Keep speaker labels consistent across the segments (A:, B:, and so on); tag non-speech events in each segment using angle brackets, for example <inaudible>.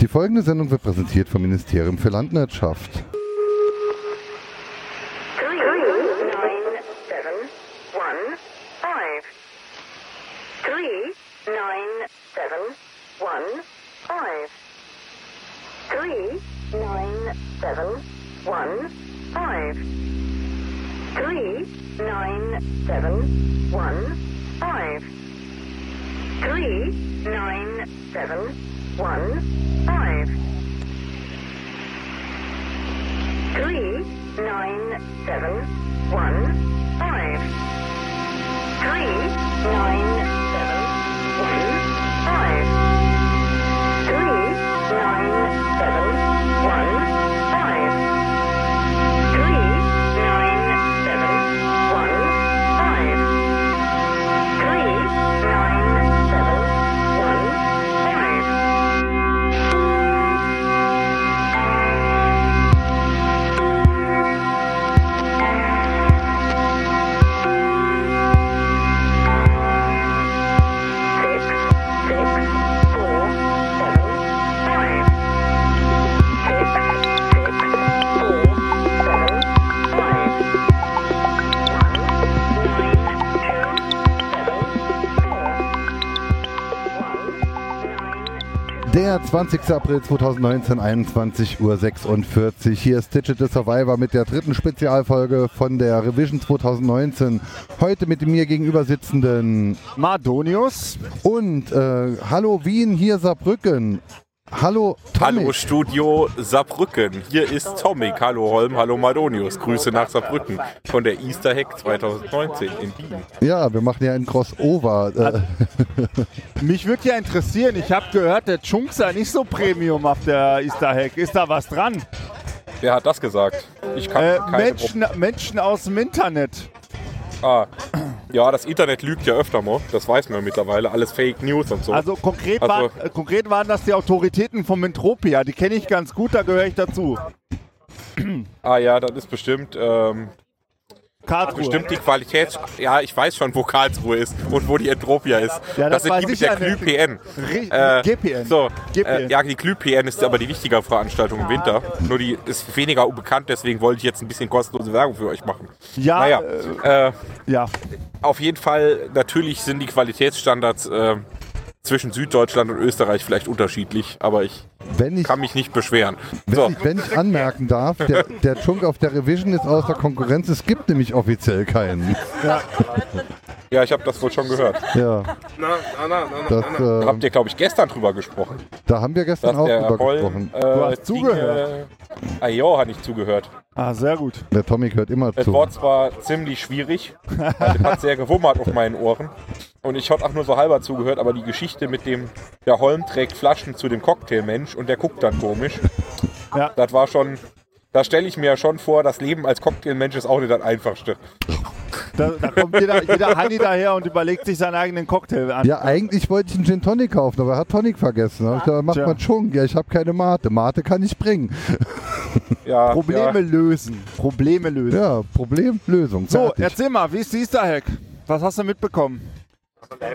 A: Die folgende Sendung wird präsentiert vom Ministerium für Landwirtschaft.
B: Three, nine, seven, one, five. Three, nine, seven, one, five. Three, nine, seven, one, five. Three, nine, seven, one, five. Three, nine, seven, one, five. Three, nine, seven, one, five. Three, nine, seven, one, five. Three, nine, seven, one, five. Three, nine, seven, one, five. Three, nine, seven, one, five. Six, six, four, seven, five. Six, six, four, seven, five. One, nine, two, seven, four. One, nine, two.
A: Der 20. April 2019, 21.46 Uhr. Hier ist Digital Survivor mit der dritten Spezialfolge von der Revision 2019. Heute mit dem mir gegenüber sitzenden
C: Mardonius.
A: und äh, Hallo Wien, hier Saarbrücken. Hallo Tommy.
D: Hallo Studio Saarbrücken. Hier ist Tomik. Hallo Holm, hallo Madonius. Grüße nach Saarbrücken von der Easter Hack 2019 in Wien.
A: Ja, wir machen ja ein Crossover. Äh,
C: Mich würde ja interessieren, ich habe gehört, der Chunk sei nicht so Premium auf der Easter Hack. Ist da was dran?
D: Wer hat das gesagt? Ich kann
C: Äh,
D: keine Menschen.
C: Menschen, Menschen aus dem Internet.
D: Ah. Ja, das Internet lügt ja öfter mal. Das weiß man mittlerweile. Alles Fake News und so.
C: Also konkret,
D: Also-
C: waren, äh, konkret waren das die Autoritäten von Mentropia. Die kenne ich ganz gut, da gehöre ich dazu.
D: ah ja, das ist bestimmt, ähm,
C: Karlsruhe.
D: bestimmt die Qualität. Ja, ich weiß schon, wo Karlsruhe ist und wo die Entropia ist.
C: Ja,
D: das,
C: das
D: sind
C: weiß
D: die mit
C: ich
D: der
C: ja nicht.
D: Glüh-PN.
C: Ri-
D: Äh,
C: GPN.
D: So,
C: GPN.
D: Äh, ja, die Glüh-PN ist aber die wichtigere Veranstaltung im Winter. Nur die ist weniger bekannt, deswegen wollte ich jetzt ein bisschen kostenlose Werbung für euch machen.
C: Ja,
D: naja, äh,
C: Ja,
D: auf jeden Fall, natürlich sind die Qualitätsstandards äh, zwischen Süddeutschland und Österreich vielleicht unterschiedlich, aber ich
A: wenn ich
D: kann mich nicht beschweren.
A: Wenn,
D: So,
C: <laughs>
A: ich, wenn ich anmerken darf, der, der Chunk auf der Revision ist außer Konkurrenz. Es gibt nämlich offiziell keinen.
D: ja, ich habe das wohl schon gehört.
A: Ja, das,
C: Ähm.
D: Da
A: äh,
D: habt ihr, glaube ich, gestern drüber gesprochen,
A: da haben wir gestern
D: dass
A: auch
D: der
A: drüber
D: Holm...
A: gesprochen.
D: Äh,
C: hast zugehört.
D: Dinge- Ah ja, hat nicht zugehört.
C: ah, sehr gut.
A: Der Tommy hört immer
D: Das
A: zu.
D: Wort war ziemlich
C: <laughs>
D: schwierig. Das hat sehr gewummert auf meinen Ohren. Und ich habe auch nur so halber zugehört, aber die Geschichte mit dem, der Holm trägt Flaschen zu dem Cocktailmensch und der guckt dann komisch.
C: Ja.
D: Das war schon, da stelle ich mir ja schon vor, das Leben als Cocktailmensch ist auch nicht das Einfachste.
C: Da, da kommt jeder, jeder Heini daher und überlegt sich seinen eigenen Cocktail an.
A: Ja, eigentlich wollte ich einen Gin Tonic kaufen, aber er hat Tonic vergessen. Da hab ich gesagt, macht
C: Tja.
A: man Chunk. Ja, ich habe keine Mate. Mate kann ich bringen.
D: Ja,
C: Probleme
D: Ja.
C: lösen. Probleme lösen.
A: Ja, Problem, Lösung.
C: So,
A: Fertig.
C: erzähl mal, wie ist die Easter Hack? Was hast du mitbekommen?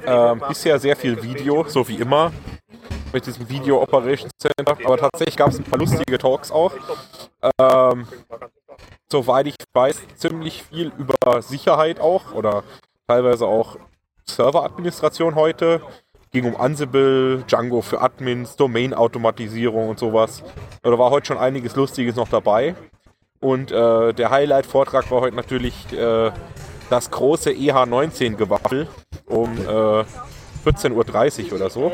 D: Ähm, bisher sehr viel Video, so wie immer, mit diesem Video Operations Center. Aber tatsächlich gab es ein paar lustige Talks auch. Ähm, soweit ich weiß, ziemlich viel über Sicherheit auch oder teilweise auch Serveradministration heute. Ging um Ansible, Django für Admins, Domain-Automatisierung und sowas. Da war heute schon einiges Lustiges noch dabei. Und äh, der Highlight-Vortrag war heute natürlich äh, das große EH19-Gewaffel um äh, 14.30 Uhr oder so.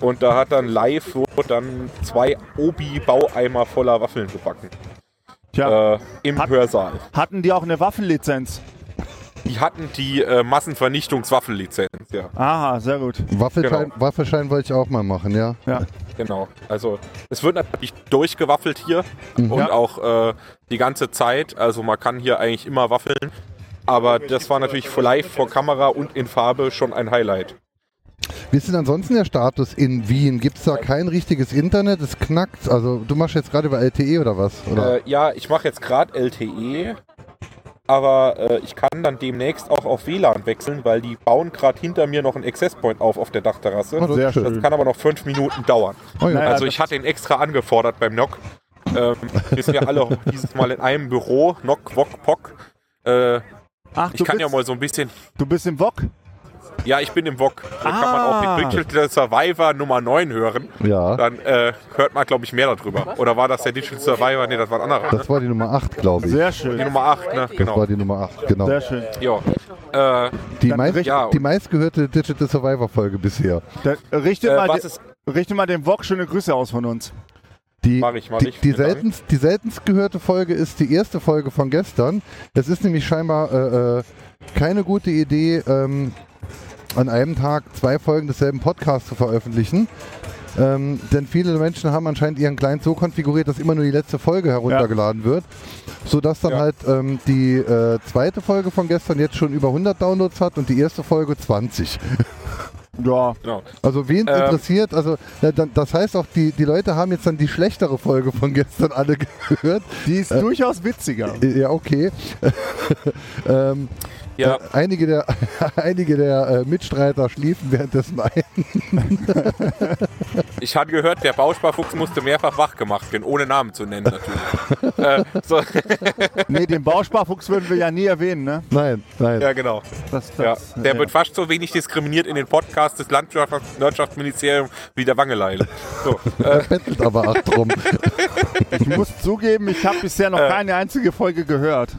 D: Und da hat dann live wurde dann zwei Obi-Baueimer voller Waffeln gebacken.
C: Tja,
D: Äh, Im
C: Hat-
D: Hörsaal.
C: hatten die auch eine Waffenlizenz?
D: Die hatten die äh, Massenvernichtungswaffenlizenz, ja,
C: Aha, sehr gut.
A: Waffelschein, Waffelschein wollte ich auch mal machen, ja.
C: Ja.
D: genau. Also es wird natürlich durchgewaffelt hier und
C: Mhm. Ja.
D: auch äh, die ganze Zeit. Also man kann hier eigentlich immer waffeln. Aber das war natürlich live vor Kamera und in Farbe schon ein Highlight.
A: Wie ist denn ansonsten der Status in Wien? Gibt es da kein richtiges Internet? Es knackt. Also, du machst jetzt gerade über LTE E oder was? Oder?
D: Äh, ja, ich mache jetzt gerade LTE, aber äh, ich kann dann demnächst auch auf WLAN wechseln, weil die bauen gerade hinter mir noch einen Access Point auf auf der Dachterrasse.
A: Oh,
C: Sehr schön.
D: Das kann aber noch fünf Minuten dauern.
A: Oh, ja.
C: Naja,
D: Also
C: das-
D: ich hatte ihn extra angefordert beim Nock. Ähm, wir sind ja alle <laughs> dieses Mal in einem Büro, Nock, Wok, Pock. Äh,
C: Ach,
D: ich
C: du
D: kann ja
C: bist,
D: mal so ein bisschen.
C: du bist im Wok?
D: Ja, ich bin im Wok. Da kann man
C: Ah.
D: auch den Digital Survivor Nummer 9 hören.
A: ja,
D: Dann äh, hört man, glaube ich, mehr darüber. Oder war das der Digital Survivor? Nee, das war ein anderer.
A: das war die Nummer 8, glaube ich.
C: Sehr
D: Die
C: schön.
D: Nummer 8, ne?
A: Das
D: Genau.
A: war die Nummer 8, genau.
C: Sehr schön.
D: Ja. Äh,
A: Die,
C: Dann
A: meist,
C: richtig-
D: ja.
A: die meistgehörte Digital Survivor Folge bisher.
C: Dann richtet,
D: äh,
C: mal
D: was
C: de-
D: ist
C: richtet mal dem Wok schöne Grüße aus von uns.
A: Die,
D: Mach ich, mach
A: die,
D: ich,
A: die,
D: vielen Dank.
A: seltenst, die seltenst gehörte Folge ist die erste Folge von gestern. Es ist nämlich scheinbar äh, äh, keine gute Idee, ähm, an einem Tag zwei Folgen desselben Podcasts zu veröffentlichen. Ähm, denn viele Menschen haben anscheinend ihren Client so konfiguriert, dass immer nur die letzte Folge heruntergeladen wird, sodass dann
D: Ja.
A: halt ähm, die äh, zweite Folge von gestern jetzt schon über 100 Downloads hat und die erste Folge 20.
C: Ja,
D: genau.
A: Also wen
D: Ähm.
A: interessiert, also ja, dann, das heißt auch, die, die Leute haben jetzt dann die schlechtere Folge von gestern alle <laughs> gehört.
C: die ist durchaus witziger.
A: Äh, Ja, okay. ähm,
D: Ja,
A: äh, einige der, <laughs> einige der äh, Mitstreiter schliefen währenddessen ein. <laughs>
D: ich hatte gehört, der Bausparfuchs musste mehrfach wach gemacht werden, ohne Namen zu nennen natürlich. äh, so, <laughs>
C: Nee, den Bausparfuchs würden wir ja nie erwähnen, ne?
A: Nein, nein.
D: ja, genau.
C: Das, äh,
D: Ja,
C: das-
D: der
C: ja.
D: wird fast so wenig diskriminiert in den Podcasts des Landwirtschafts- Landwirtschaftsministeriums wie der Wangeleile. So, äh,
A: Er bettelt aber auch drum.
C: Ich muss zugeben, ich habe bisher
D: Äh.
C: noch keine einzige Folge gehört.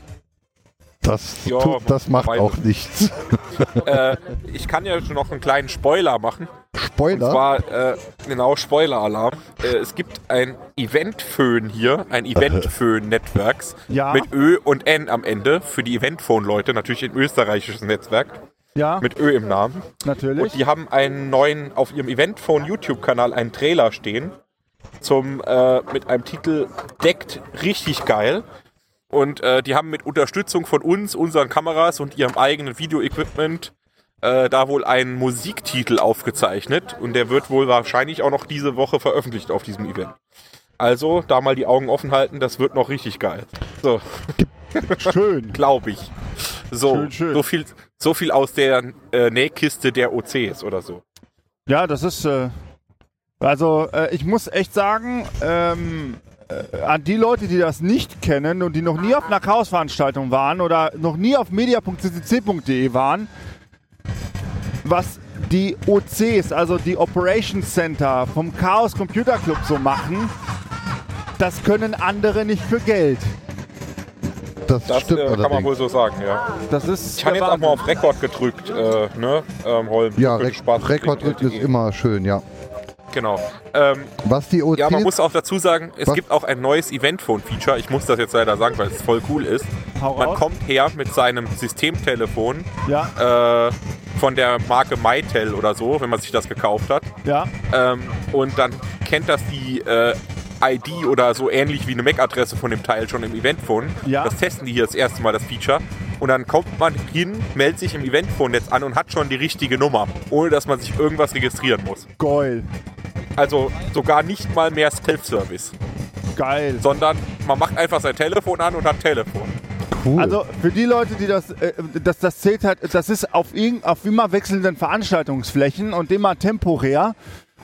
A: Das,
D: <laughs> Ja,
A: tut, das macht
D: weiß
A: auch
D: es.
A: nichts.
D: äh, ich kann ja schon noch einen kleinen Spoiler machen.
A: Spoiler.
D: War äh, genau Spoiler-Alarm. Äh, es gibt ein Eventföhn hier,
C: <laughs>
D: ein Eventföhn-Netzwerks
C: Ja.
D: mit Ö und N am Ende für die Eventphone-Leute, natürlich ein österreichisches Netzwerk
C: Ja,
D: mit Ö im Namen. Und
C: natürlich.
D: die haben einen neuen, auf ihrem Eventphone YouTube-Kanal einen Trailer stehen. Zum, äh, mit einem Titel Deckt richtig geil. Und äh, die haben mit Unterstützung von uns, unseren Kameras und ihrem eigenen Video-Equipment äh, da wohl einen Musiktitel aufgezeichnet. Und der wird wohl wahrscheinlich auch noch diese Woche veröffentlicht auf diesem Event. Also, da mal die Augen offen halten, das wird noch richtig geil. So
C: Schön.
D: glaube ich. So,
C: Schön, schön.
D: So, viel, so viel aus der äh, Nähkiste der OCs oder so.
C: Ja, das ist. Äh, also, äh, ich muss echt sagen, ähm, äh, an die Leute, die das nicht kennen und die noch nie auf einer Chaosveranstaltung waren oder noch nie auf media.ccc.de e waren, was die OCs, also die Operations Center vom Chaos Computer Club so machen, das können andere nicht für Geld.
A: das,
D: Das
A: stimmt
D: äh, kann man
A: allerdings.
D: wohl so sagen, ja.
C: Das ist.
D: Ich habe
C: der
D: jetzt auch mal
C: Ah, Wahnsinn.
D: auf Rekord gedrückt, äh, ne, ähm, Holm.
A: ja,
D: Für
A: Rek
D: Spaß.
A: Rekorddrücken ist immer schön, ja.
D: Genau. Ähm,
A: Was die OCs,
D: ja, man muss auch dazu sagen, es
A: Was?
D: gibt auch ein neues Eventphone-Feature. Ich muss das jetzt leider sagen, weil es voll cool ist.
C: Hau
D: Man
C: raus.
D: kommt her mit seinem Systemtelefon
C: Ja,
D: äh, von der Marke Mytel oder so, wenn man sich das gekauft hat.
C: ja.
D: Ähm, und dann kennt das die äh, ID oder so ähnlich wie eine MAC-Adresse von dem Teil schon im Eventphone.
C: Ja.
D: Das testen die hier das erste Mal, das Feature. Und dann kommt man hin, meldet sich im Eventphone-Netz an und hat schon die richtige Nummer, ohne dass man sich irgendwas registrieren muss.
C: Geil.
D: Also sogar nicht mal mehr Self-Service,
C: Geil.
D: sondern man macht einfach sein Telefon an und hat Telefon.
A: cool.
C: Also für die Leute, die das, äh, das, das zählt halt, das ist auf, irgend- auf immer wechselnden Veranstaltungsflächen und immer temporär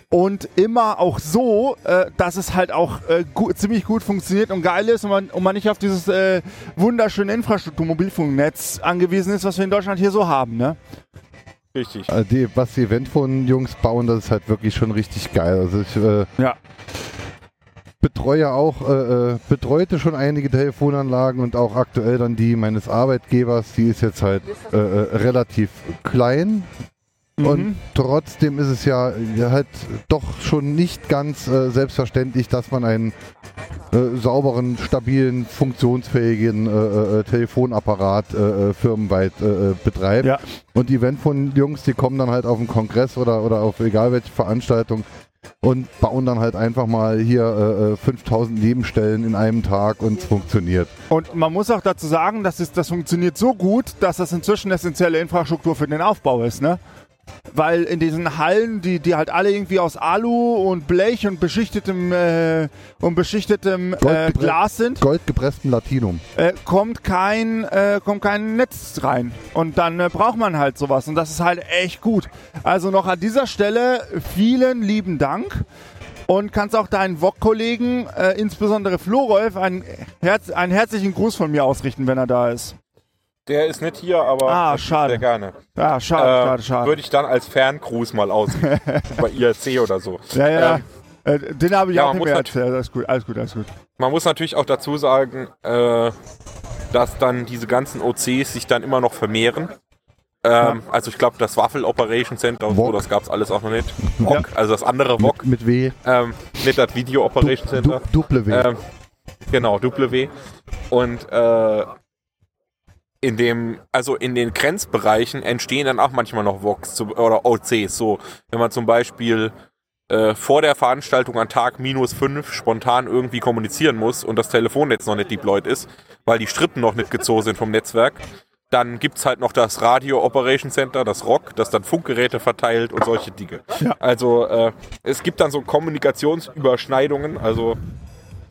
C: und immer auch so, äh, dass es halt auch äh, gu ziemlich gut funktioniert und geil ist und man, und man nicht auf dieses äh, wunderschöne Infrastruktur-Mobilfunknetz angewiesen ist, was wir in Deutschland hier so haben. Ne?
D: Richtig.
A: Äh, die, was die Eventphone-Jungs bauen, das ist halt wirklich schon richtig geil. Also ich äh,
C: Ja.
A: betreue auch, äh, äh, betreute schon einige Telefonanlagen und auch aktuell dann die meines Arbeitgebers. Die ist jetzt halt äh, äh, relativ klein. Und trotzdem ist es ja äh, halt doch schon nicht ganz äh, selbstverständlich, dass man einen äh, sauberen, stabilen, funktionsfähigen äh, äh, äh, Telefonapparat äh, äh, firmenweit äh, äh, betreibt.
C: Ja.
A: Und die Event von Jungs, die kommen dann halt auf einen Kongress oder, oder auf egal welche Veranstaltung und bauen dann halt einfach mal hier äh, äh, 5000 Nebenstellen in einem Tag und es funktioniert.
C: Und man muss auch dazu sagen, dass es, das funktioniert so gut, dass das inzwischen essentielle Infrastruktur für den Aufbau ist. Ne? Weil in diesen Hallen, die, die halt alle irgendwie aus Alu und Blech und beschichtetem, äh, und beschichtetem äh,
A: Goldgeprä-
C: Glas sind,
A: Goldgepresstem Latinum.
C: äh, kommt, kein, äh, kommt kein Netz rein. Und dann äh, braucht man halt sowas. Und das ist halt echt gut. Also noch an dieser Stelle vielen lieben Dank. Und kannst auch deinen VOG-Kollegen, äh, insbesondere Florolf, einen, herz einen herzlichen Gruß von mir ausrichten, wenn er da ist.
D: Der ist nicht hier, aber
C: Ah,
D: natürlich
C: schade.
D: sehr gerne.
C: Ja, Ah, schade, schade, schade.
D: Äh, Würde ich dann als Ferngruß mal aus
C: <laughs>
D: bei IRC oder so.
C: Ja, ja.
D: Ähm,
C: Äh, den habe ich
D: ja,
C: auch
D: man
C: nicht
D: muss halt
C: mehr
D: nat-
C: erzählt. Alles gut, alles gut, alles gut.
D: Man muss natürlich auch dazu sagen, äh, dass dann diese ganzen OCs sich dann immer noch vermehren. Ähm, Also ich glaube, das Waffel Operation Center und so,
A: Wok.
D: das gab es alles auch noch nicht. Wok, Also das andere Wok,
A: Mit W.
D: ähm, nicht das Video Operation
A: Du,
D: Center.
A: Duple W.
D: Ähm, genau, W. Und äh, in dem, also in den Grenzbereichen entstehen dann auch manchmal noch Vox zu, oder OCs. So, wenn man zum Beispiel äh, vor der Veranstaltung an Tag minus 5 spontan irgendwie kommunizieren muss und das Telefonnetz noch nicht deployed ist, weil die Strippen noch nicht gezogen sind vom Netzwerk, dann gibt es halt noch das Radio Operation Center, das ROC, das dann Funkgeräte verteilt und solche Dinge. Also äh, es gibt dann so Kommunikationsüberschneidungen, also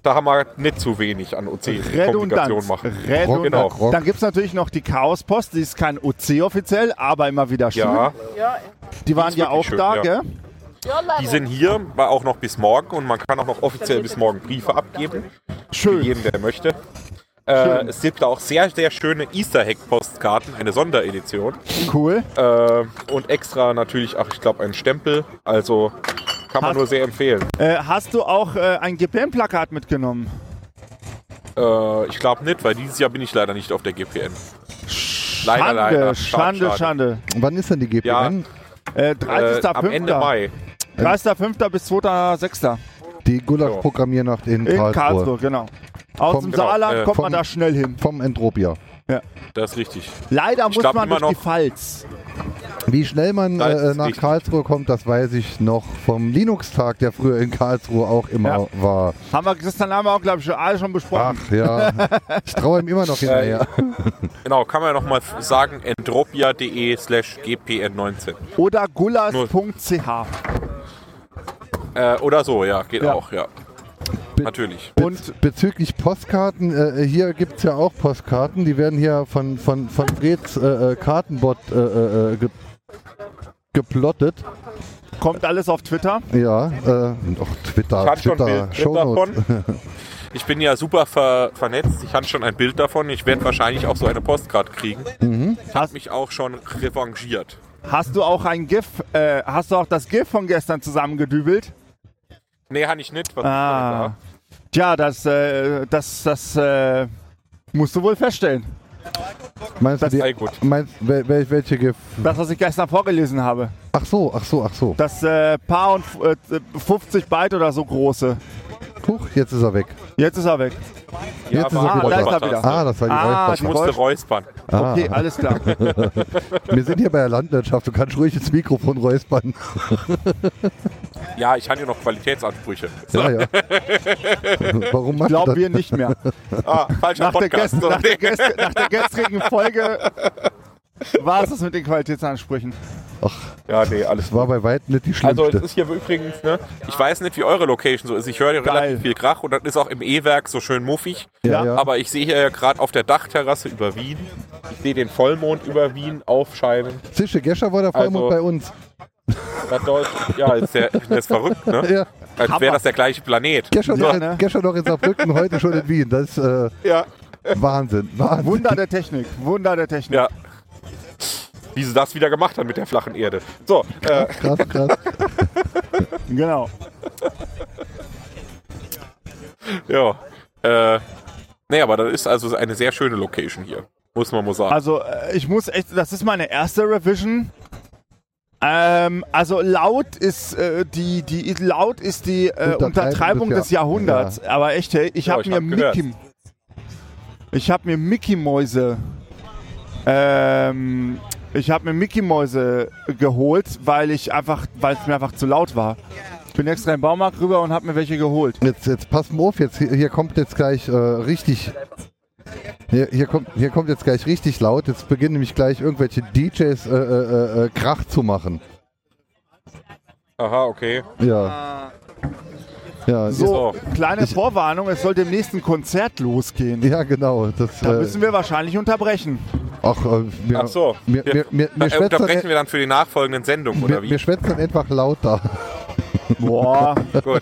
D: da haben wir nicht zu wenig an OC Kommunikation
C: Redundanz.
D: machen.
C: Redundanz.
D: Genau.
A: Rock.
C: Dann gibt es natürlich noch die Chaospost. Die ist kein OC offiziell, aber immer wieder schön.
D: Ja,
C: die waren
D: ist
C: ja
D: wirklich
C: auch
D: schön,
C: da,
D: ja.
C: gell?
D: die sind hier, war auch noch bis morgen und man kann auch noch offiziell bis morgen Briefe abgeben, für
C: Schön.
D: jeden, der möchte. Äh, es gibt da auch sehr, sehr schöne Easter Hack Postkarten, eine Sonderedition.
C: Cool.
D: Äh, und extra natürlich, ach, ich glaube, ein Stempel. Also kann man
C: Hast-
D: nur sehr empfehlen.
C: Äh, hast du auch äh, ein GPM-Plakat mitgenommen?
D: Äh, ich glaube nicht, weil dieses Jahr bin ich leider nicht auf der GPN. Leider,
C: Schande,
D: leider.
C: Schande, Schande.
A: Wann ist denn die GPN?
C: Äh,
D: Äh, am Ende
C: 30.05.
D: Mai.
C: 30.05. bis 2.06.
A: Die Gulasch-Programmiernacht in,
C: in
A: Karlsruhe.
C: Karlsruhe, genau. Aus
A: Vom-
C: dem
D: genau,
C: Saarland
D: äh,
C: kommt man
A: vom-
C: da schnell hin.
A: Vom Entropia.
D: Das ist richtig.
C: Leider muss
D: glaub
C: man
D: immer
C: durch die
D: noch-
C: Pfalz.
A: Wie schnell man
D: Das
A: äh,
D: ist
A: nach
D: richtig.
A: Karlsruhe kommt, das weiß ich noch vom Linux-Tag, der früher in Karlsruhe auch immer war.
C: Haben wir gestern haben wir auch, glaube ich, schon- alle schon besprochen.
A: Ach ja, ich traue ihm immer noch hinterher.
D: Genau, kann man ja nochmal sagen, entropia.de slash gpn19.
C: Oder gulas.ch.
D: Äh, oder so, ja, geht
C: Ja.
D: auch, ja. Natürlich.
A: Und bezüglich Postkarten, äh, hier gibt es ja auch Postkarten, die werden hier von, von, von Freds äh, äh, Kartenbot äh, äh, äh, ge geplottet.
C: Kommt alles auf Twitter.
A: Ja, äh, och, Twitter,
D: Ich hatte schon ein
A: Twitter,
D: Bild drin
A: Shownotes.
D: davon. <laughs> Ich bin ja super ver vernetzt. Ich hatte schon ein Bild davon. Ich werde wahrscheinlich auch so eine Postkarte kriegen. Ich habe
C: Hast-
D: mich auch schon revanchiert.
C: Hast du auch ein GIF, äh, hast du auch das GIF von gestern zusammengedübelt?
D: Nee, habe ich nicht. Was
C: Ah. Tja, das, äh, das, das, äh, musst du wohl feststellen.
A: Meinst du,
D: ist da?
A: die,
D: Ei, gut.
A: meinst, wel, wel, welche Gif?
C: Das, was ich gestern vorgelesen habe.
A: Ach so, ach so, ach so.
C: Das, äh, Paar und äh, 50 Byte oder so große.
A: Huch, jetzt ist er weg.
C: Jetzt ist er weg.
A: Jetzt ist er
D: war-
A: wieder
D: war-
A: da.
D: war-
C: Da ist er
D: war-
A: Ah, das war Ah. die
C: Ah,
A: ah,
D: Ich musste räuspern.
C: Okay, alles klar.
A: Wir sind hier bei der Landwirtschaft, du kannst ruhig ins Mikrofon räuspern.
D: Ja, ich hatte noch Qualitätsansprüche.
A: Ja, ja. Warum macht
C: Glauben
A: das?
C: wir nicht mehr.
D: Ah, falscher
C: Nach der,
D: Podcast.
C: gest nach, der gest nach der gestrigen Folge war es das mit den Qualitätsansprüchen.
A: Ach,
D: ja, nee, alles
A: das war bei weitem nicht die schlimmste.
D: Also es ist hier übrigens, ne, ich weiß nicht, wie eure Location so ist. Ich höre hier
C: Geil.
D: relativ viel Krach und das ist auch im E-Werk so schön muffig.
A: ja, ja.
D: Aber ich sehe hier ja gerade auf der Dachterrasse über Wien. Ich sehe den Vollmond über Wien aufscheinen.
A: Sische Gescher war der Vollmond
D: Also-
A: bei uns.
D: Das Deutsch, ja, ist der, <laughs> das ist verrückt, ne?
A: Ja.
D: Als
C: Hammer.
D: wäre das der gleiche Planet.
A: Gescher,
C: Ja,
A: noch in,
C: ne?
A: Gescher noch in Saarbrücken, heute schon in Wien. Das ist äh,
D: Ja.
A: Wahnsinn. Wahnsinn.
C: Wunder der Technik, Wunder der Technik.
D: Ja. Wie sie das wieder gemacht haben mit der flachen Erde. So, äh,
A: Krass, krass.
C: Genau.
D: ja. Äh, nee, aber das ist also eine sehr schöne Location hier. Muss man mal sagen.
C: Also äh, ich muss echt, das ist meine erste Revision. Ähm, also laut ist äh, die, die laut ist die äh,
A: Untertreibung
C: Untertreibung
A: des
C: des Jahrhunderts. Aber echt, hey, ich
D: Ja,
C: habe
D: ich
C: mir
D: hab gehört.
C: Mickey, ich habe mir Mickey Mäuse, ähm, ich habe mir Mickey Mäuse geholt, weil ich einfach, weil es mir einfach zu laut war. Ich bin extra im Baumarkt rüber und habe mir welche geholt.
A: Jetzt, jetzt pass mal auf, jetzt, hier hier kommt jetzt gleich äh, richtig Hier, hier, kommt, hier kommt jetzt gleich richtig laut. Jetzt beginnen nämlich gleich irgendwelche DJs äh, äh, äh, Krach zu machen.
D: Aha, okay.
A: Ja. Ja,
C: So,
D: So.
C: kleine Vorwarnung, es soll dem nächsten Konzert losgehen.
A: ja genau. Das,
C: Da
A: äh,
C: müssen wir wahrscheinlich unterbrechen.
A: ach, äh, mir,
D: Ach so.
A: Mir, mir, mir, mir,
D: äh,
A: schwätzt dann, e-
D: unterbrechen wir dann für die nachfolgenden Sendungen,
A: mir,
D: oder wie?
A: mir schwätzt dann einfach lauter.
C: Boah.
D: Gut.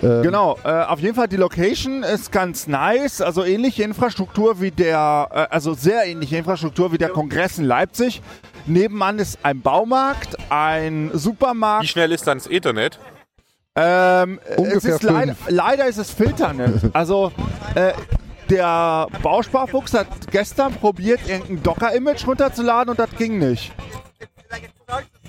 C: Genau, äh, auf jeden Fall die Location ist ganz nice, also ähnliche Infrastruktur wie der, äh, also sehr ähnliche Infrastruktur wie der Kongress in Leipzig. Nebenan ist ein Baumarkt, ein
D: Wie
C: Supermarkt.
D: schnell ist dann das Internet?
C: Ähm, äh, es
A: Ungefähr
C: ist leider,
A: fünf.
C: leider ist es Filternet. Also äh, der Bausparfuchs hat gestern probiert, irgendein Docker-Image runterzuladen und das ging nicht.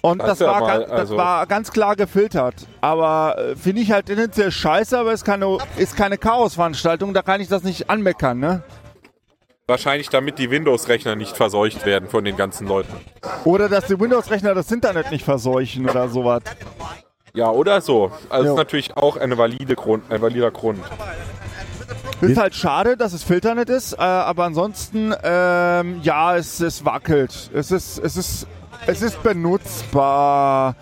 C: Und das,
D: Das ist ja
C: war,
D: mal-
C: ganz, das
D: also-
C: war ganz klar gefiltert. Aber äh, finde ich halt tendenziell scheiße, aber es ist keine, ist keine Chaosveranstaltung, da kann ich das nicht anmeckern, ne?
D: Wahrscheinlich damit die Windows-Rechner nicht verseucht werden von den ganzen Leuten.
C: Oder dass die Windows-Rechner das Internet nicht verseuchen oder sowas.
D: Ja, oder so. Also
C: Jo.
D: ist natürlich auch eine valide Grund, ein valider Grund.
C: Ist halt schade, dass es Filternet ist, äh, aber ansonsten, ähm, ja, es, es wackelt. Es ist, es ist, es ist benutzbar.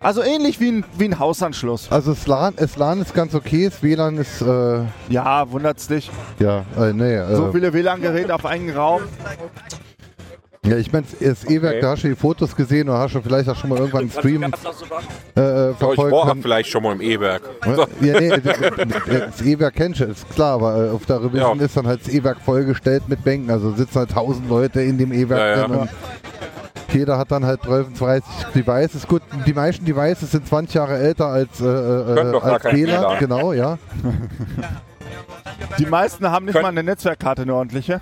C: Also ähnlich wie ein, wie ein Hausanschluss.
A: Also das LAN, das LAN ist ganz okay, das WLAN ist, äh,
C: Ja, wundert's dich.
A: ja, äh, nee. Äh,
C: So viele WLAN-Geräte auf einen Raum.
A: Ja, ich meine, das E-Werk,
D: Okay.
A: da hast du die Fotos gesehen oder hast du vielleicht auch schon mal irgendwann im Stream äh, äh,
D: Aber ich
A: verfolgt.
D: war
A: können.
D: vielleicht schon mal im E-Werk.
A: Ja, nee, d- d- das E-Werk kennst du, ist klar, aber äh, auf der Revision
D: Ja.
A: ist dann halt das E-Werk vollgestellt mit Bänken. Also sitzen halt tausend Leute in dem E-Werk
D: Ja, ja.
A: drin und jeder hat dann halt 32 Devices. Gut, die meisten Devices sind 20 Jahre älter als, äh,
D: Können
A: äh,
D: doch gar
A: als
D: kein
A: WLAN.
D: WLAN.
A: Genau,
D: <laughs>
A: ja.
C: Die meisten haben nicht
D: Könnt-
C: mal eine Netzwerkkarte, eine ordentliche.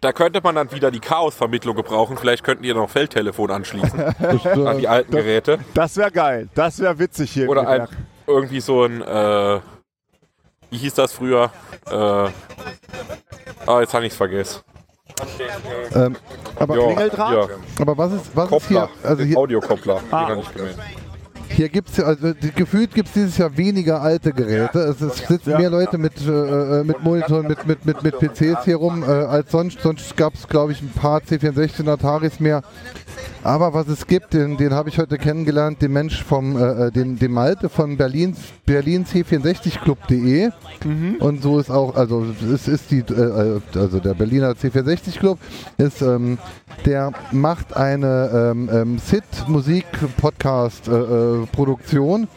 D: Da könnte man dann wieder die Chaos-Vermittlung gebrauchen. Vielleicht könnten die ja noch Feldtelefon anschließen
A: Das,
D: an
A: äh,
D: die alten Geräte.
C: Das wäre geil. Das wäre witzig hier. im
D: Oder ein,
C: Gewerk.
D: irgendwie so ein, äh, wie hieß das früher? Äh, ah, jetzt habe ich es vergessen.
A: ähm, aber,
D: Ja,
C: Klingeldraht?
D: ja.
A: aber was ist, was ist hier?
D: Koppler,
A: Also hier,
D: Audiokoppler.
C: Ah.
D: die kann ich gemeint.
A: Hier gibt's ja- also die- gefühlt gibt es dieses Jahr weniger alte Geräte. Es ist, sitzen
C: Ja.
A: mehr Leute mit, äh, äh, mit Monitoren, mit, mit, mit, mit PCs hier rum äh, als sonst. Sonst gab es, glaube ich, ein paar C64 Ataris mehr. Aber was es gibt, den, den habe ich heute kennengelernt, den Mensch vom, äh, äh, den, den Malte von Berlin, Berlin C64club.de. Und so ist auch, also es ist die, äh, äh, also der Berliner C64 Club ist, ähm, der macht eine ähm, ähm, Sit-Musik-Podcast-Produktion.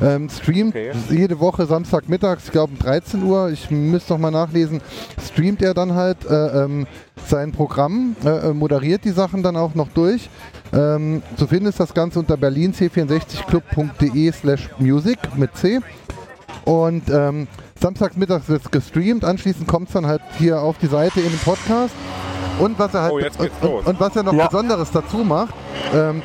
A: ähm, streamt
D: Okay.
A: jede Woche Samstagmittags, ich glaube um 13 Uhr, ich müsste nochmal nachlesen, streamt er dann halt äh, ähm, sein Programm, äh, äh, moderiert die Sachen dann auch noch durch. Ähm, zu finden ist das Ganze unter berlinc64club.de slash music mit C. Und ähm, samstags mittags wird gestreamt, anschließend kommt es dann halt hier auf die Seite in den Podcast. Und was er halt
D: Oh, jetzt
A: und,
D: geht's
A: und,
D: los.
A: und was er noch
C: Ja.
A: Besonderes dazu macht, ähm,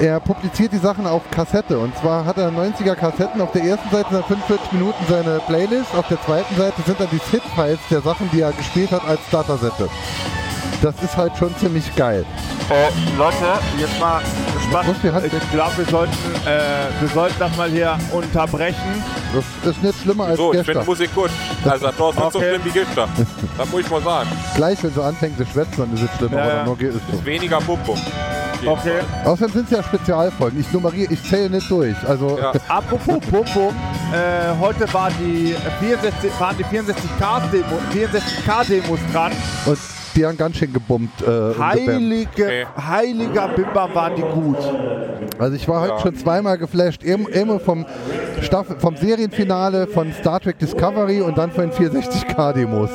A: er publiziert die Sachen auf Kassette. Und zwar hat er 90er Kassetten. Auf der ersten Seite sind 45 Minuten seine Playlist. Auf der zweiten Seite sind dann die Hit-Files der Sachen, die er gespielt hat als Datasette. Das ist halt schon ziemlich geil.
C: Äh, Leute, jetzt mal Spaß.
A: Muss die Hand weg.
C: Ich glaube, wir sollten, äh, wir sollten das mal hier unterbrechen.
A: Das ist nicht schlimmer als
D: So, ich finde
A: gestern.
D: Musik gut. Also das war sonst so
C: Okay.
D: schlimm wie gestern. Das muss ich mal sagen.
A: <laughs> Gleich, wenn sie anfängt zu schwätzen, dann ist es schlimmer.
C: Ja,
A: aber
C: ja.
A: dann nur geht es so.
D: Ist weniger Bum-Bum.
C: Okay.
A: Außerdem sind es ja Spezialfolgen. Ich nummeriere, ich zähle nicht durch. Also
D: Ja.
C: Apropos Bum Bum, äh, heute war die 64, waren die 64K-Demo, 64K-Demonstranten.
A: und die haben ganz schön gebummt. Äh, und gebammt.
C: Heilige,
D: Okay.
C: heiliger Bimba waren die gut.
A: also ich war heute
D: Ja.
A: schon zweimal geflasht. Im- Immer vom, Staffel, vom Serienfinale von Star Trek Discovery und dann von den 64K-Demos.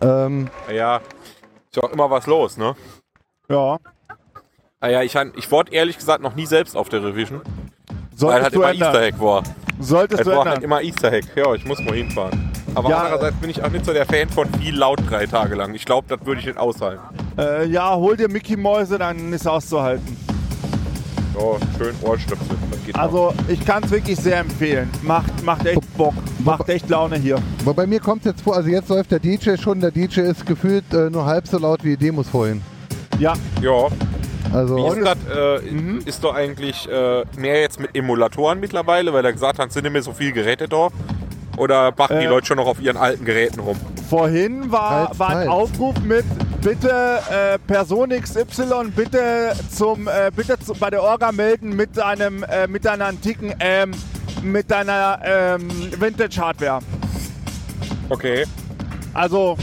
A: Ähm,
D: Ja, ist ja auch immer was los, ne?
C: Ja.
D: Ah ja, ich, han- ich wurde ehrlich gesagt noch nie selbst auf der Revision, weil halt
C: Solltest du
D: immer Easter
C: ändern.
D: Egg war.
C: Solltest
D: Es
C: du
D: war halt
C: ändern.
D: immer Easter Egg. Ja, ich muss mal hinfahren. Aber
C: Ja.
D: andererseits bin ich auch nicht so der Fan von viel laut drei Tage lang. Ich glaube, das würde ich nicht aushalten.
C: Äh, ja, hol dir Mickey Mäuse, dann ist auszuhalten.
D: Ja, schön Ohrstöpsel. Das geht auch.
C: Also, ich kann es wirklich sehr empfehlen. Macht, macht echt Bock. Macht echt Laune hier.
A: aber bei mir kommt es jetzt vor, also jetzt läuft der DJ schon. Der DJ ist gefühlt äh, nur halb so laut wie die Demos vorhin.
C: Ja,
D: Ja, wie
A: Also
D: ist das? Äh,
C: Mhm.
D: Ist doch eigentlich äh, mehr jetzt mit Emulatoren mittlerweile, weil er gesagt hat, sind nicht mehr so viele Geräte da? Oder machen
C: Äh.
D: die Leute schon noch auf ihren alten Geräten rum?
C: Vorhin war,
A: Halt,
C: war
A: halt.
C: ein Aufruf mit bitte äh, Person XY bitte zum äh, bitte zu, bei der Orga melden mit einem äh, mit einer antiken ähm, mit deiner ähm, Vintage Hardware.
D: Okay.
C: Also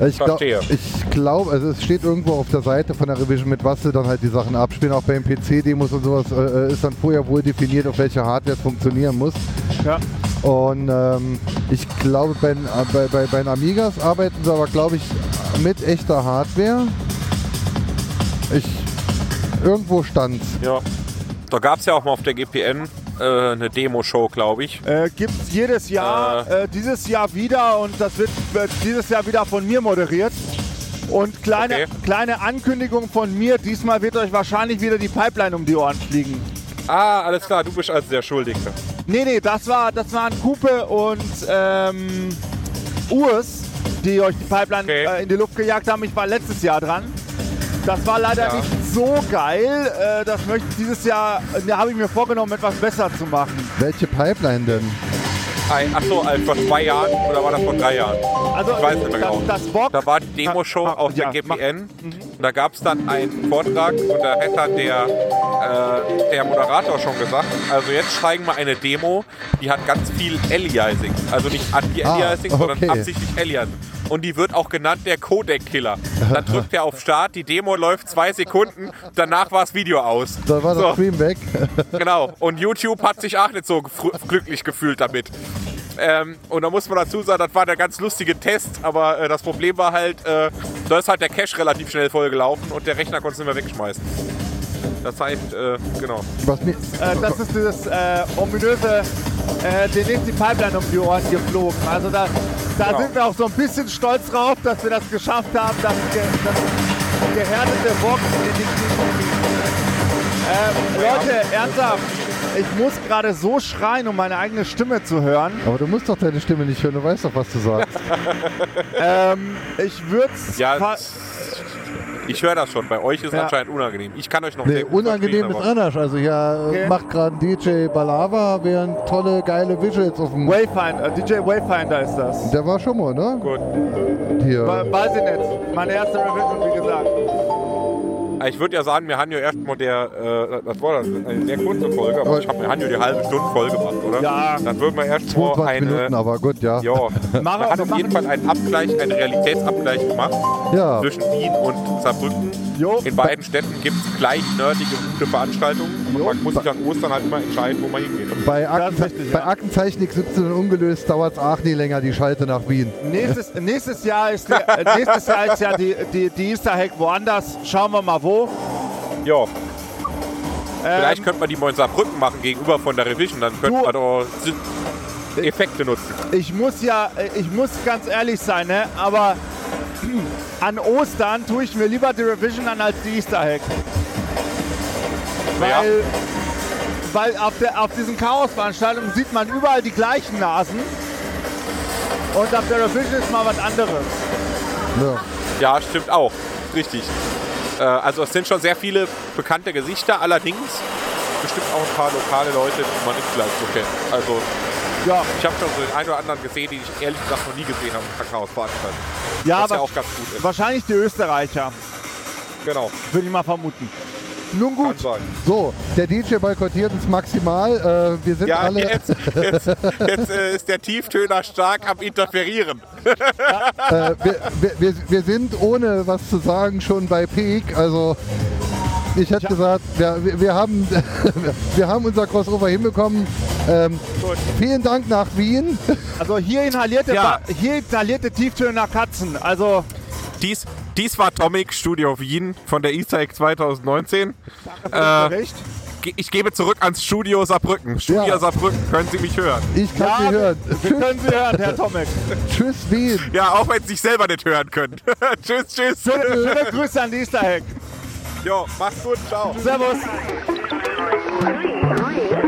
A: also Ich glaube,
D: Verstehe.
A: ich glaub, also es steht irgendwo auf der Seite von der Revision, mit was sie dann halt die Sachen abspielen. Auch bei PC-Demos und sowas äh, äh, ist dann vorher wohl definiert, auf welche Hardware es funktionieren muss.
C: ja.
A: Und ähm, ich glaube, bei, den- äh, bei, bei, bei den Amigas arbeiten sie aber, glaube ich, mit echter Hardware. Ich. Irgendwo stand
D: Ja. Da gab es ja auch mal auf der GPN äh, eine Demo-Show, glaube ich.
C: Äh, Gibt es jedes Jahr, äh. dieses Jahr wieder und das wird äh, dieses Jahr wieder von mir moderiert. Und kleine,
D: Okay.
C: kleine Ankündigung von mir, diesmal wird euch wahrscheinlich wieder die Pipeline um die Ohren fliegen.
D: Ah, alles klar, du bist also der Schuldige.
C: Nee, nee, das, war, das waren Kupe und ähm, Urs, die euch die Pipeline
D: Okay.
C: äh, in die Luft gejagt haben. Ich war letztes Jahr dran. Das war leider
D: Ja.
C: nicht so geil. Äh, das möchte ich dieses Jahr, äh, da habe ich mir vorgenommen, etwas besser zu machen.
A: welche Pipeline denn?
D: Ein, ach so, also vor zwei Jahren oder war das vor drei Jahren?
C: Also,
D: Ich weiß nicht mehr
C: das,
D: genau.
C: das Bock
D: Da war die Demo-Show
C: Ah, ah,
D: auf der
C: ja, mach-
D: GPN. Und da gab es dann einen Vortrag und da hätte dann der, äh, der Moderator schon gesagt, also jetzt zeigen wir eine Demo, die hat ganz viel Aliasing. Also nicht Anti-Aliasing,
A: Ah, okay.
D: sondern absichtlich Aliasing. Und die wird auch genannt der Codec-Killer.
C: <laughs>
D: Dann drückt er auf Start, die Demo läuft zwei Sekunden, danach war das Video aus.
A: Da war
D: So.
A: das Stream weg. <laughs>
D: Genau. Und YouTube hat sich auch nicht so gefru- glücklich gefühlt damit. Ähm, und da muss man dazu sagen, das war der ganz lustige Test, aber äh, das Problem war halt, äh, da ist halt der Cache relativ schnell vollgelaufen und der Rechner konnte es nicht mehr wegschmeißen. Das heißt, äh, genau.
A: Was mir,
C: Äh, das ist dieses äh, ominöse, äh, den ist die Pipeline um die Ohren geflogen. Also da, da
D: Genau.
C: sind wir auch so ein bisschen stolz drauf, dass wir das geschafft haben, dass ge, das gehärtete Box in die Knie- ähm, Leute, ernsthaft, ich muss gerade so schreien, um meine eigene Stimme zu hören.
A: aber du musst doch deine Stimme nicht hören, du weißt doch, was du
D: <laughs>
A: sagst.
C: Ähm, ich würde
D: Ja, ich höre das schon. Bei euch ist es
C: Ja.
D: anscheinend unangenehm. Ich kann euch noch
A: Nee,
D: sehr gut
A: unangenehm ist
D: verstehen,
A: anders. Also ja,
C: Okay.
A: macht gerade DJ Balava, während tolle, geile Visuals auf dem...
C: Wayfinder, DJ Wayfinder ist das.
A: Der war schon mal, ne?
D: aber gut.
A: Hier.
C: We- Weiß ich nicht. Meine erste Revision, wie gesagt.
D: Äh, Ich würde ja sagen, wir haben ja erstmal der, äh, das war dann eine sehr kurze Folge, aber ich habe mir Hanjo die halbe Stunde voll gemacht, oder?
C: Ja.
D: Dann würden wir erstmal
A: 22
D: eine,
A: Minuten, aber gut, ja.
D: Ja,
C: <laughs>
D: man
C: wir-
D: hat
C: machen-
D: auf jeden Fall einen Abgleich, einen Realitätsabgleich gemacht
A: Ja.
D: zwischen Wien und Saarbrücken.
C: Jo.
D: In beiden Städten gibt es gleich nerdige, gute Veranstaltungen. Und man muss sich an Ostern halt immer entscheiden, wo man hingeht.
A: Bei,
C: Das ist
A: Aktenze
C: richtig,
A: bei
C: ja.
A: Aktenzeichen XY ungelöst dauert es auch nie länger, die Schalte nach Wien.
C: Nächstes, nächstes, Jahr ist der, äh, nächstes Jahr ist ja die, die, die Easter Hack woanders. Schauen wir mal wo.
D: Ja,
C: Ähm,
D: vielleicht könnte man die mal in Saarbrücken machen, gegenüber von der Revision. Dann könnte
C: Du-
D: man doch Effekte nutzen.
C: Ähm, ich muss ja, äh, ich muss ganz ehrlich sein, ne? aber <clears throat> hm, an Ostern tue ich mir lieber die Revision an als die Easter Hack.
D: Ja.
C: Weil, weil auf, der, auf diesen Chaos-Veranstaltungen sieht man überall die gleichen Nasen. Und auf der Revision ist mal was anderes.
A: Ja.
D: Ja, stimmt auch. Richtig. Äh, also es sind schon sehr viele bekannte Gesichter, allerdings bestimmt auch ein paar lokale Leute, die man nicht gleich so kennt. Also
C: Ja,
D: Ich habe schon so den einen oder anderen gesehen, den ich ehrlich gesagt noch nie gesehen habe im Krankenhausveranstaltung.
C: ja
D: Was
C: aber
D: ja auch ganz gut ist.
C: wahrscheinlich die Österreicher,
D: Genau,
C: würde ich mal vermuten. Nun
D: kann
C: gut.
D: sein.
A: So, der DJ boykottiert uns maximal. Äh, wir sind
D: Ja,
A: <laughs> alle.
D: jetzt, jetzt, jetzt äh, ist der Tieftöner stark am Interferieren.
A: Äh, wir, wir, wir, wir sind ohne was zu sagen schon bei Peak. Also ich hätte gesagt, wir, wir- wir, haben, <laughs> wir haben unser Crossover hinbekommen. Ähm, vielen Dank nach Wien.
C: Also hier inhalierte,
D: Ja.
C: Ba- hier inhalierte Tieftöner Katzen. Also
D: Dies, dies war Tomic Studio Wien von der Easter Egg 2019. Äh,
C: recht.
D: ge- ich gebe zurück ans Studio Saarbrücken. Studio
A: Ja.
D: Saarbrücken, können Sie mich hören?
A: Ich kann
C: Ja,
A: Sie
C: wir,
A: hören.
C: wir können Sie hören,
A: <laughs>
C: Herr Tomek.
A: Tschüss Wien.
D: Ja, auch wenn Sie sich selber nicht hören können. <laughs> tschüss, tschüss.
C: Schöne, schöne Grüße an die Easter Hack.
D: Jo, mach's gut, ciao.
C: Servus.
B: Three, three,